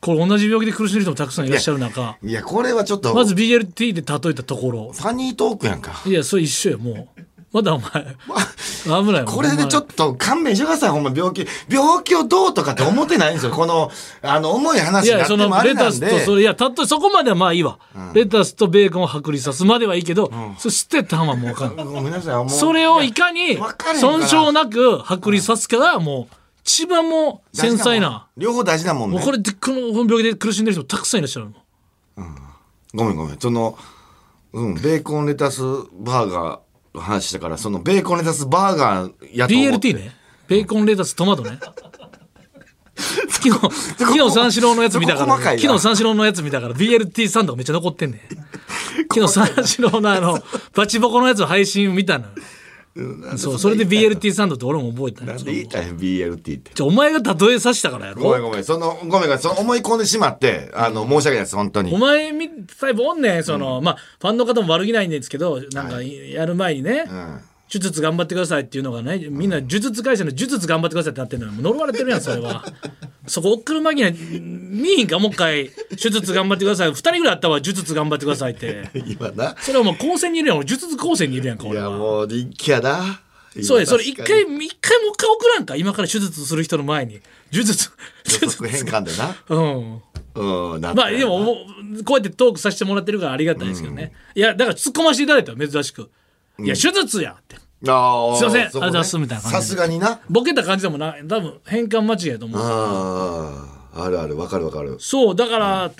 Speaker 5: これ同じ病気で苦しんでる人もたくさんいらっしゃる中
Speaker 4: いやこれはちょっと
Speaker 5: まず BLT で例えたところ
Speaker 4: ファニートークやん か
Speaker 5: いや、それ一緒よ、もう。まだお前、危ないもん
Speaker 4: これでちょっと勘弁してください、ほんま病気。病気をどうとかって思ってないんですよ。この、あの、重い
Speaker 5: い
Speaker 4: 話にな
Speaker 5: や、
Speaker 4: って
Speaker 5: その
Speaker 4: もあれ
Speaker 5: レ
Speaker 4: な
Speaker 5: タ
Speaker 4: ん
Speaker 5: ス
Speaker 4: で。
Speaker 5: と、それ、いや、たとえそこまではまあいいわ。レタスとベーコンを剥離さすまではいいけど、そしてたんはもうわかんない。
Speaker 4: ごめんなさい、もう。
Speaker 5: それをいかに
Speaker 4: わかれへんから
Speaker 5: 損傷なく剥離さすかが、もう、一番もう
Speaker 4: 大事も
Speaker 5: 繊
Speaker 4: ん
Speaker 5: 細な。。
Speaker 4: 両方大事なもん
Speaker 5: も
Speaker 4: ね
Speaker 5: う。これで、このこの病気で苦しんでる人もたくさんいらっしゃるの。
Speaker 4: ごめんごめん。その、うん、ベーコンレタスバーガーの話したから、そのベーコンレタスバーガーやと思って。
Speaker 5: BLT ね。ベーコンレタストマト ね。昨日、昨日三四郎のやつ見たか
Speaker 4: そこ
Speaker 5: ら、
Speaker 4: 細かいな
Speaker 5: 昨日三四郎のやつ見たから、BLT サンドがめっちゃ残ってん ねん。昨日三四郎のあの、バチボコのやつの配信見たのよ。そう、それで BLT サンドって俺も覚えた
Speaker 4: なん
Speaker 5: よ
Speaker 4: で言いたい ?BLT って。
Speaker 5: じゃあお前が例えさしたからや
Speaker 4: ごめん
Speaker 5: ろ。
Speaker 4: ごめん。その、ごめんごめん。その思い込んでしまって、あの、申し訳ないです、本当
Speaker 5: お
Speaker 4: に。
Speaker 5: 前みタイプおんねん、その、まあ、ファンの方も悪気ないんですけど、なんか、やる前にね、
Speaker 4: うん。
Speaker 5: 手術頑張ってくださいっていうのがねみんな呪術会社の呪術頑張ってくださいってなってるのにもう呪われてるやんそれ はそこ送る間際に見えへんかもう一回手術頑張ってください2人ぐらいあったわ呪術頑張ってくださいって
Speaker 4: 今な。
Speaker 5: それはもう高専にいるやん俺呪術高専にいるやんか
Speaker 4: い
Speaker 5: 俺
Speaker 4: や、
Speaker 5: は
Speaker 4: もう人気やな。
Speaker 5: そうやそれ一
Speaker 4: 今確かに
Speaker 5: 回一回もう一回送らんか今から手術する人の前に呪 術
Speaker 4: 予測変換でな。
Speaker 5: うん
Speaker 4: うん、なって
Speaker 5: まあでももうこうやってトークさせてもらってるからありがたいですけどね、いやだから突っ込ませていただいたら珍しく「いや手術や!」って
Speaker 4: あー
Speaker 5: すいません
Speaker 4: そこ
Speaker 5: ありがとうございますみたいな感じ
Speaker 4: さ
Speaker 5: です
Speaker 4: がにな。
Speaker 5: ボケた感じでもな多分変換間違いやと思う
Speaker 4: ああ、あるある、わかるわかる。
Speaker 5: そうだから、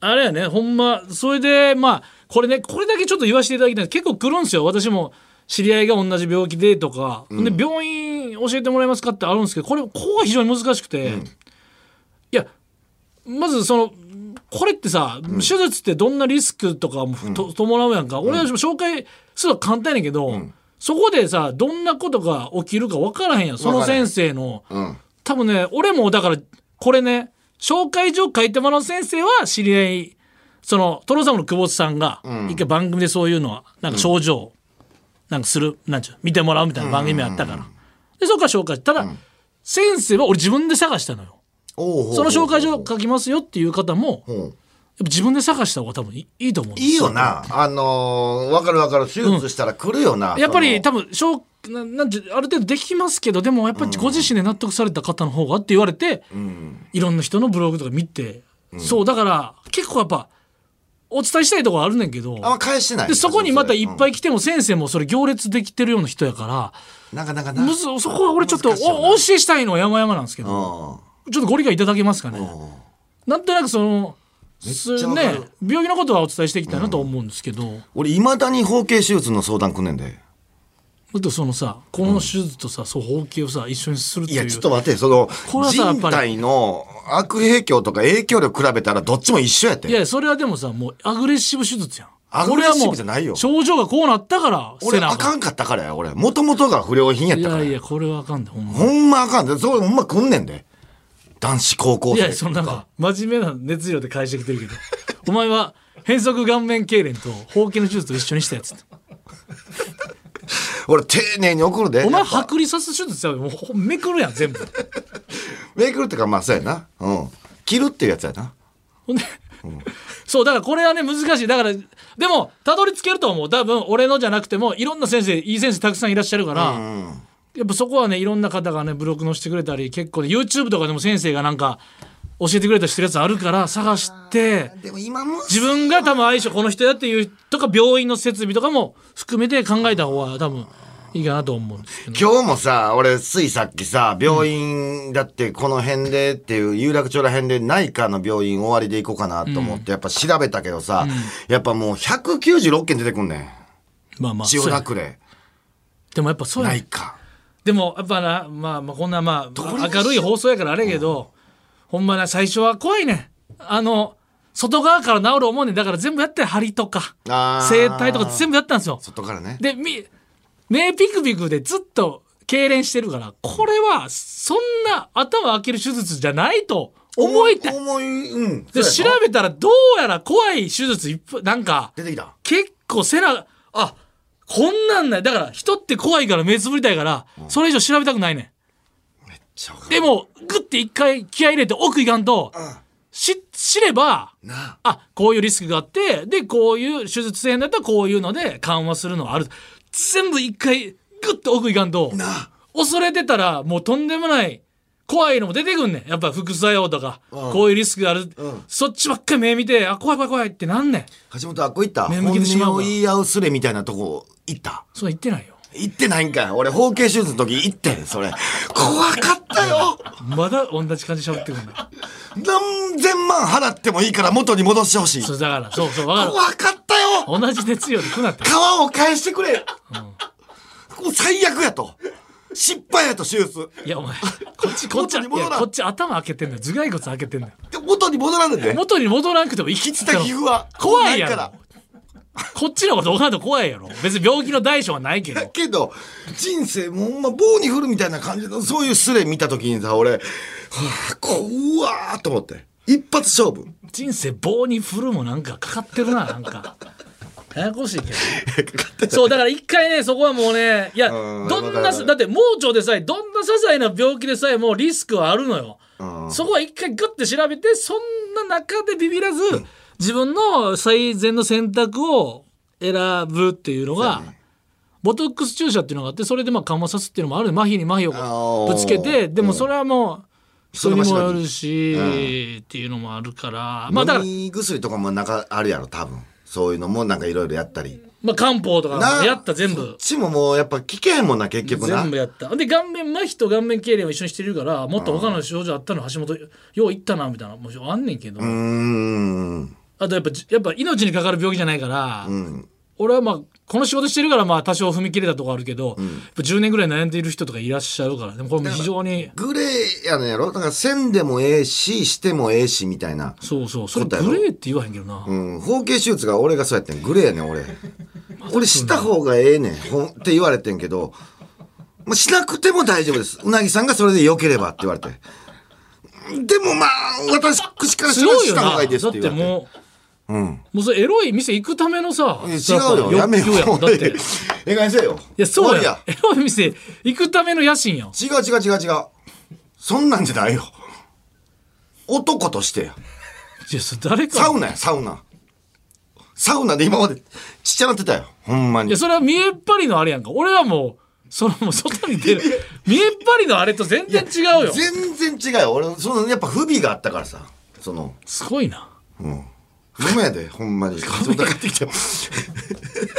Speaker 5: あれやねほんまそれでまあこれねこれだけちょっと言わせていただきたい結構来るんですよ私も知り合いが同じ病気でとか、で病院教えてもらえますかってあるんですけどこれここが非常に難しくて、いやまずそのこれってさ、手術ってどんなリスクとかもと、伴うやんか俺たちも紹介するのは簡単やねんけど、そこでさどんなことが起きるか分からへんやんその先生の。
Speaker 4: うん。
Speaker 5: 多分ね俺もだからこれね紹介状書いてもらう先生は知り合いそのトロサムの久保さんが一回番組でそういうのはなんか症状をなんかするなんちゅう見てもらうみたいな番組あったからでそこから紹介しただ先生は俺自分で探したのよ
Speaker 4: おう
Speaker 5: その紹介
Speaker 4: ほ
Speaker 5: 状
Speaker 4: う
Speaker 5: 書きますよっていう方もやっ
Speaker 4: ほうほう
Speaker 5: ぱ自分で探した方が多分いいいと思うんです
Speaker 4: いいよな。あのー、わかるわかる。手術したら来るよな。
Speaker 5: やっぱり
Speaker 4: そ
Speaker 5: 多
Speaker 4: の
Speaker 5: 分小ななんてある程度できますけどでもやっぱりご自身で納得された方の方がって言われて、いろんな人のブログとか見て、そうだから結構やっぱお伝えしたいところあるねんけど
Speaker 4: あんま返してない。
Speaker 5: でそこにまたいっ
Speaker 4: い。
Speaker 5: ぱい来ても先生もそれ行列できてるような人やから、
Speaker 4: なかなかな。
Speaker 5: むずそこは俺ちょっとお
Speaker 4: 難しいよな
Speaker 5: お教えしたいのは山々なんですけど、
Speaker 4: うん。
Speaker 5: ちょっとご理解いただけますかね。なんとなくその
Speaker 4: ちゃ
Speaker 5: す
Speaker 4: わかる
Speaker 5: ね病気のことはお伝えしていきたいなと思うんですけど。
Speaker 4: 俺、いまだに包茎手術の相談来んねんで。
Speaker 5: だってそのさこの手術とさ、そう包茎をさ一緒にするって
Speaker 4: い
Speaker 5: いう
Speaker 4: や、ちょっと待って、その
Speaker 5: これ、はさやっ
Speaker 4: 人
Speaker 5: ぱり
Speaker 4: 体の悪影響とか影響力比べたらどっちも一緒やって。
Speaker 5: いやそれはでもさもうアグレッシブ手術やん
Speaker 4: アグレッシブじゃないよ
Speaker 5: 俺はもう症状がこうなったから
Speaker 4: 俺、
Speaker 5: せな
Speaker 4: あかんかったからや、俺。もともとが不良品やっ
Speaker 5: い
Speaker 4: たから
Speaker 5: や
Speaker 4: や
Speaker 5: いやこれはあかんでほんま
Speaker 4: ほんまあかんで、そう、ほんま来んねんで。男子高校
Speaker 5: い
Speaker 4: 生。
Speaker 5: やそのなんか真面目な熱量で返してきてるけど お前は変則顔面痙攣と包茎の手術と一緒にしたやつ
Speaker 4: 俺、丁寧に怒るで。
Speaker 5: お前
Speaker 4: やっぱ
Speaker 5: 剥離さす手術ちゃうよもうほめくるやん全部
Speaker 4: めくるってか、まあ、そうやな。うん。切るっていうやつやな。
Speaker 5: ほんで、 そうだからこれはね難しいだからでもたどり着けると思う多分俺のじゃなくてもいろんな先生いい先生たくさんいらっしゃるから、やっぱそこはねいろんな方がねブログのしてくれたり結構ね YouTube とかでも先生がなんか教えてくれたりしてるやつあるから探して
Speaker 4: でも今も
Speaker 5: 自分が多分相性この人やっていうとか病院の設備とかも含めて考えた方が多分いいかなと思うんですけど
Speaker 4: 今日もさ、俺、ついさっきさ、病院だってこの辺でっていう、有楽町ら辺で内科の病院終わりで行こうかなと思って、やっぱ調べたけどさ、やっぱもう196件出てくんねん。
Speaker 5: まあまあ
Speaker 4: 千
Speaker 5: そう
Speaker 4: 代
Speaker 5: や
Speaker 4: 田区で。
Speaker 5: でもやっぱそうや
Speaker 4: 内
Speaker 5: ね
Speaker 4: 科。
Speaker 5: でもやっぱなまあまあこんなま
Speaker 4: こに
Speaker 5: あ明るい放送やからあれやけど、ほんまな最初は怖いねあの外側から治る思うねんだから全部やって針とか
Speaker 4: あー
Speaker 5: 整体とか全部やったんですよ
Speaker 4: 外からね。
Speaker 5: でみ目ピクピクでずっと痙攣してるからこれはそんな頭開ける手術じゃないと思いたい
Speaker 4: 思い、うん。
Speaker 5: で
Speaker 4: そ
Speaker 5: 調
Speaker 4: うやろ
Speaker 5: べたらどうやら怖い手術いっぱいなんか
Speaker 4: 出てきた。
Speaker 5: 結構背中あこんなんないだから人って怖いから目つぶりたいからそれ以上調べたくないねん
Speaker 4: ちょうが
Speaker 5: でもグッて一回気合い入れて奥行かんとし知れば
Speaker 4: な
Speaker 5: あこういうリスクがあってでこういう手術制だったらこういうので緩和するのはある全部一回グッと奥行かんと
Speaker 4: なあ
Speaker 5: 恐れてたらもうとんでもない怖いのも出てくんねんやっぱ副作用とか、こういうリスクがある、
Speaker 4: ん
Speaker 5: そっちばっかり目見てあ怖い怖い怖いってなんねん
Speaker 4: 橋本あっこ行った
Speaker 5: 目向けてしまうわ
Speaker 4: 本音を言い合うすれみたいなとこ行った
Speaker 5: それ言ってな いよ
Speaker 4: 行ってないんかい俺包茎手術の時行ってんそれ怖かったよ
Speaker 5: まだ同じ感じで喋ってくんだ
Speaker 4: 何千万払ってもいいから元に戻してほしい
Speaker 5: そ
Speaker 4: 怖
Speaker 5: うだからそうそうわかる
Speaker 4: かったよ
Speaker 5: 同じ熱量でくなって
Speaker 4: 皮を返してくれ、もう最悪やと失敗やと手術
Speaker 5: いやお前こっちこっち
Speaker 4: 元に戻らん
Speaker 5: いやこっち頭開けてんだよ頭蓋骨開けてんだよ
Speaker 4: で元に戻らんねんで
Speaker 5: 元に戻らなくても生き
Speaker 4: 生き
Speaker 5: てた
Speaker 4: た
Speaker 5: の
Speaker 4: 皮膚は
Speaker 5: 怖いや
Speaker 4: な
Speaker 5: ろ
Speaker 4: から
Speaker 5: こっちのことおかんと怖いやろ別に病気の大小はないけ
Speaker 4: だ
Speaker 5: ど
Speaker 4: けど人生もうほんま棒に振るみたいな感じのそういうスレ見た時にさ俺はあ怖ーと思って一発勝負
Speaker 5: 人生棒に振るもなんかかかってるななんかややこしいけどそうだから一回ねそこはもうねいや
Speaker 4: うん
Speaker 5: どん
Speaker 4: わか
Speaker 5: な
Speaker 4: る
Speaker 5: だって盲腸でさえどんな些細な病気でさえもうリスクはあるのよそこは一回グッて調べてそんな中でビビらず自分の最善の選択を選ぶっていうのがボトックス注射っていうのがあってそれでまあ緩和さすっていうのもある麻痺に麻痺をぶつけ
Speaker 4: あ
Speaker 5: て
Speaker 4: ー
Speaker 5: でもそれはもう
Speaker 4: そ
Speaker 5: 人
Speaker 4: れ
Speaker 5: に
Speaker 4: は
Speaker 5: も
Speaker 4: 確かに
Speaker 5: よるし、っていうのもあるからまあだから
Speaker 4: 飲、み薬とかもなんかあるやろ多分そういうのもなんかいろいろやったり
Speaker 5: まあ、漢方とか
Speaker 4: な
Speaker 5: やった全
Speaker 4: そっ
Speaker 5: 部
Speaker 4: ちももうやっぱ聞けへんもんな結局な
Speaker 5: 全部やったで顔面麻痺と顔面痙攣を一緒にしてるからもっと他の症状あったの橋本よういったなみたいなもうあんねんけど、
Speaker 4: うーん
Speaker 5: あとやっぱやっぱ命にかかる病気じゃないから、俺はまあこの仕事してるからまあ多少踏み切れたとこあるけど、やっぱ10年ぐらい悩んでいる人とかいらっしゃるからでもこれも非常に
Speaker 4: グレーやねんやろだからせんでもええししてもええしみたいな
Speaker 5: そうそうそれ
Speaker 4: 答えろ
Speaker 5: グレーって言わへんけどな、
Speaker 4: うん、包茎手術が俺がそうやってんグレーやねん 俺俺した方がええねんほんって言われてんけど、まあ、しなくても大丈夫ですうなぎさんがそれで良ければって言われてでもまあ私からしたら
Speaker 5: 強い
Speaker 4: し
Speaker 5: よ
Speaker 4: た
Speaker 5: な
Speaker 4: 方がいいです
Speaker 5: だ
Speaker 4: っ
Speaker 5: ってて
Speaker 4: 言われて
Speaker 5: もう、もうそれエロい店行くためのさ
Speaker 4: え違うよやめよ
Speaker 5: 欲求やもん
Speaker 4: う
Speaker 5: だってい
Speaker 4: ええかげんせえよ
Speaker 5: やそうや
Speaker 4: 終わ
Speaker 5: エロい店行くための野心やん
Speaker 4: りや違う違う違う違うそんなんじゃないよ男としてや
Speaker 5: いやそれ誰か
Speaker 4: サウナやサウナサウナで今までちっちゃなってたよほんま
Speaker 5: い
Speaker 4: に
Speaker 5: やそれは見えっ張りのあれやんか俺はもうそのもう外に出る見えっ張りのあれと全然違うよ
Speaker 4: 全然違うよ俺そのやっぱ不備があったからさその
Speaker 5: すごいな
Speaker 4: うんごめんやでほんまにそんな帰ってきても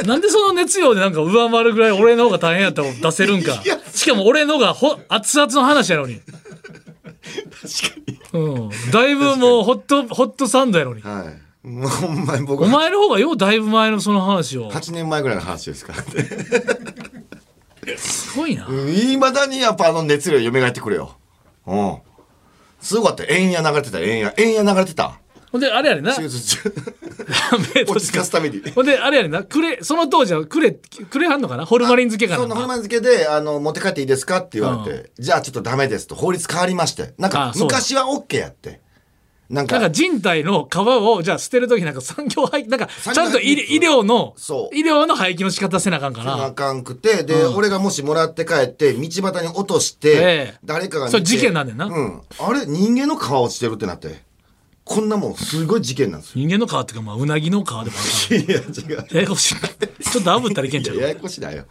Speaker 5: なんでその熱量でなんか上回るぐらい俺の方が大変やったら出せるんか
Speaker 4: いや
Speaker 5: しかも俺のがほ熱々の話やのに確かにうんだいぶもうホットホットサンドやのに
Speaker 4: はいもうほんまに僕
Speaker 5: お
Speaker 4: は
Speaker 5: 前の方がようだいぶ前のその話を
Speaker 4: 8年前ぐらいの話ですから
Speaker 5: すごいな、
Speaker 4: いまだにやっぱあの熱量蘇ってくれようんすごかった円や流れてた円や円や流れて た
Speaker 5: ほんであれやねんな
Speaker 4: 手術中
Speaker 5: 目閉
Speaker 4: 落
Speaker 5: じ
Speaker 4: ち着
Speaker 5: て
Speaker 4: かすために
Speaker 5: ほんであれやねんなくれその当時はくれくれはんのかなホルマリン漬けか
Speaker 4: そ
Speaker 5: な
Speaker 4: のホルマン漬けであの持って帰っていいですかって言われて、じゃあちょっとダメですと法律変わりましてなん
Speaker 5: あ
Speaker 4: か
Speaker 5: そうだ
Speaker 4: 昔は OK やってなん
Speaker 5: な
Speaker 4: か
Speaker 5: んか人体の皮をじゃあ捨てるときなんか産業廃棄なんかちゃんと医
Speaker 4: 産業廃棄
Speaker 5: 医療の
Speaker 4: そう
Speaker 5: 医療の廃棄の仕方せなあかんか
Speaker 4: あ
Speaker 5: ら
Speaker 4: かんくてで、俺がもしもらって帰って道端に落として、
Speaker 5: ええ
Speaker 4: 誰かが見て
Speaker 5: それ事件なんだよな
Speaker 4: うん、あれ人間の皮落ちてるってなってこんなもんすごい事件なんですよ
Speaker 5: 人間の皮っていうかまあうなぎの皮でもあるか
Speaker 4: いや違う
Speaker 5: らややこしいちょっと炙ったらいけんちゃう
Speaker 4: ややこしだよ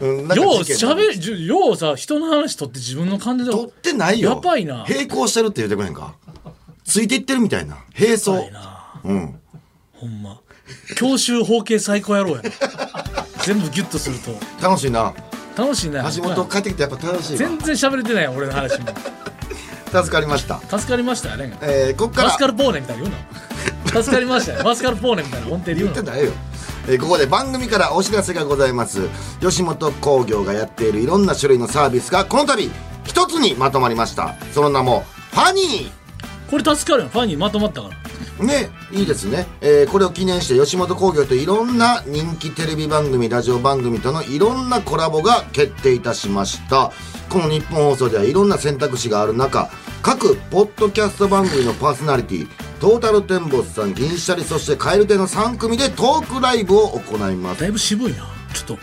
Speaker 4: うんなんか
Speaker 5: よう
Speaker 4: 事件
Speaker 5: 喋るじゅようさ人の話取って自分の感じで
Speaker 4: 取ってないよ
Speaker 5: やばいな
Speaker 4: 並行してるって言ってくれへんかついていってるみたいな並走
Speaker 5: いな
Speaker 4: うん
Speaker 5: ほんま教習法系最高やろうや全部ギュッとすると
Speaker 4: 楽しいな
Speaker 5: 楽しいな
Speaker 4: 橋本帰ってきてやっぱ楽しい
Speaker 5: 全然喋れてないやん俺の話も
Speaker 4: わ助かりました
Speaker 5: 助かりましたよね
Speaker 4: えー、ここか
Speaker 5: マ
Speaker 4: ら
Speaker 5: スカルポーネみたいに言う な助かりましたよマスカルポーネみたいな本当に
Speaker 4: 言
Speaker 5: 言う
Speaker 4: っ
Speaker 5: な
Speaker 4: てないよ、えーここで番組からお知らせがございます吉本興業がやっているいろんな種類のサービスがこの度一つにまとまりましたその名もファニー
Speaker 5: これ助かるよファンにまとまったから
Speaker 4: ね、いいですね、えーこれを記念して吉本興業といろんな人気テレビ番組ラジオ番組とのいろんなコラボが決定いたしましたこの日本放送ではいろんな選択肢がある中各ポッドキャスト番組のパーソナリティトータルテンボスさん銀シャリそして蛙亭の3組でトークライブを行います
Speaker 5: だいぶ渋いなちょっと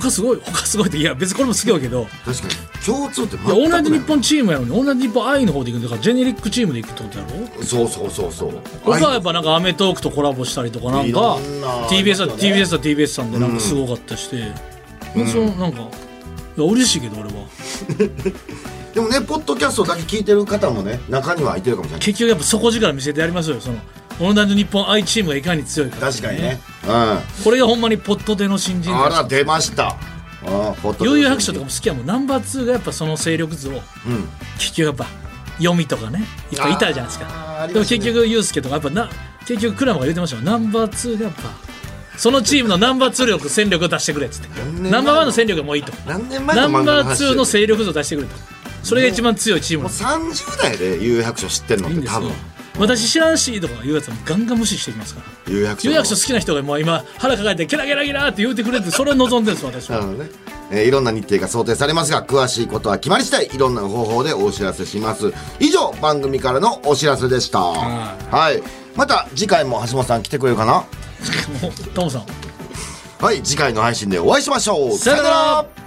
Speaker 5: 他すごい他すごいっていや別にこれも好きやけど
Speaker 4: 確かに共通って全
Speaker 5: いや
Speaker 4: く
Speaker 5: オールナイト
Speaker 4: な
Speaker 5: ニ
Speaker 4: い
Speaker 5: ッポンチームやのにオールナイトニッポン愛の方で行くんだからジェネリックチームで行くってことやろ
Speaker 4: そうそうそうそう
Speaker 5: 僕はやっぱなんか『アメトーク』とコラボしたりとかなん
Speaker 4: い
Speaker 5: か
Speaker 4: ろんな
Speaker 5: TBS だ
Speaker 4: ありま
Speaker 5: TBS だ TBS さんでなんかすごかったりして、そのなんかいや嬉しいけど俺は
Speaker 4: でもねポッドキャストだけ聞いてる方もね中にはいてるかもしれない
Speaker 5: 結局やっぱ底力見せてやりましょうよその「オールナイトニッポン愛チーム」がいかに強いか
Speaker 4: 確かにねうん
Speaker 5: これがほんまにポットでの新人
Speaker 4: あ
Speaker 5: だ
Speaker 4: ら出ました。あー
Speaker 5: 悠々白書とかも
Speaker 4: も。
Speaker 5: 好きやもんナンバー2がやっぱその勢力図を
Speaker 4: うん。
Speaker 5: 結局やっぱ読みとかねいっぱいいたじゃないです
Speaker 4: あー
Speaker 5: か
Speaker 4: ありま
Speaker 5: でも
Speaker 4: したね
Speaker 5: 結局ユースケとかやっぱな結局クラマが言ってましたもんナンバー2がやっぱそのチームのナンバー2力戦力を出してくれっつって
Speaker 4: 何年前の
Speaker 5: ナンバー1の戦力がもういいと
Speaker 4: 何年前の
Speaker 5: ナ
Speaker 4: 漫
Speaker 5: ン
Speaker 4: 画
Speaker 5: バー
Speaker 4: 話
Speaker 5: 2の勢力図を出してくれとそれが一番強いチーム
Speaker 4: もう
Speaker 5: なんです
Speaker 4: 三十代で有白書知ってるのっ
Speaker 5: いいん
Speaker 4: て
Speaker 5: です
Speaker 4: 多
Speaker 5: よ
Speaker 4: 分
Speaker 5: 私知らんしとか言うやつはガンガン無視してきますから
Speaker 4: 有白書
Speaker 5: 有
Speaker 4: の。
Speaker 5: 役所好きな人がもう今腹抱えてゲラゲラゲラって言うてくれてそれを望んでるんです私
Speaker 4: な
Speaker 5: は
Speaker 4: るほどね。えーいろんな日程が想定されますが詳しいことは決まり次第いろんな方法でお知らせします以上番組からのお知らせでした
Speaker 5: い
Speaker 4: はいまた次回も橋本さん来てくれるかな
Speaker 5: もうトムさん
Speaker 4: はい次回の配信でお会いしましょう
Speaker 5: さよなら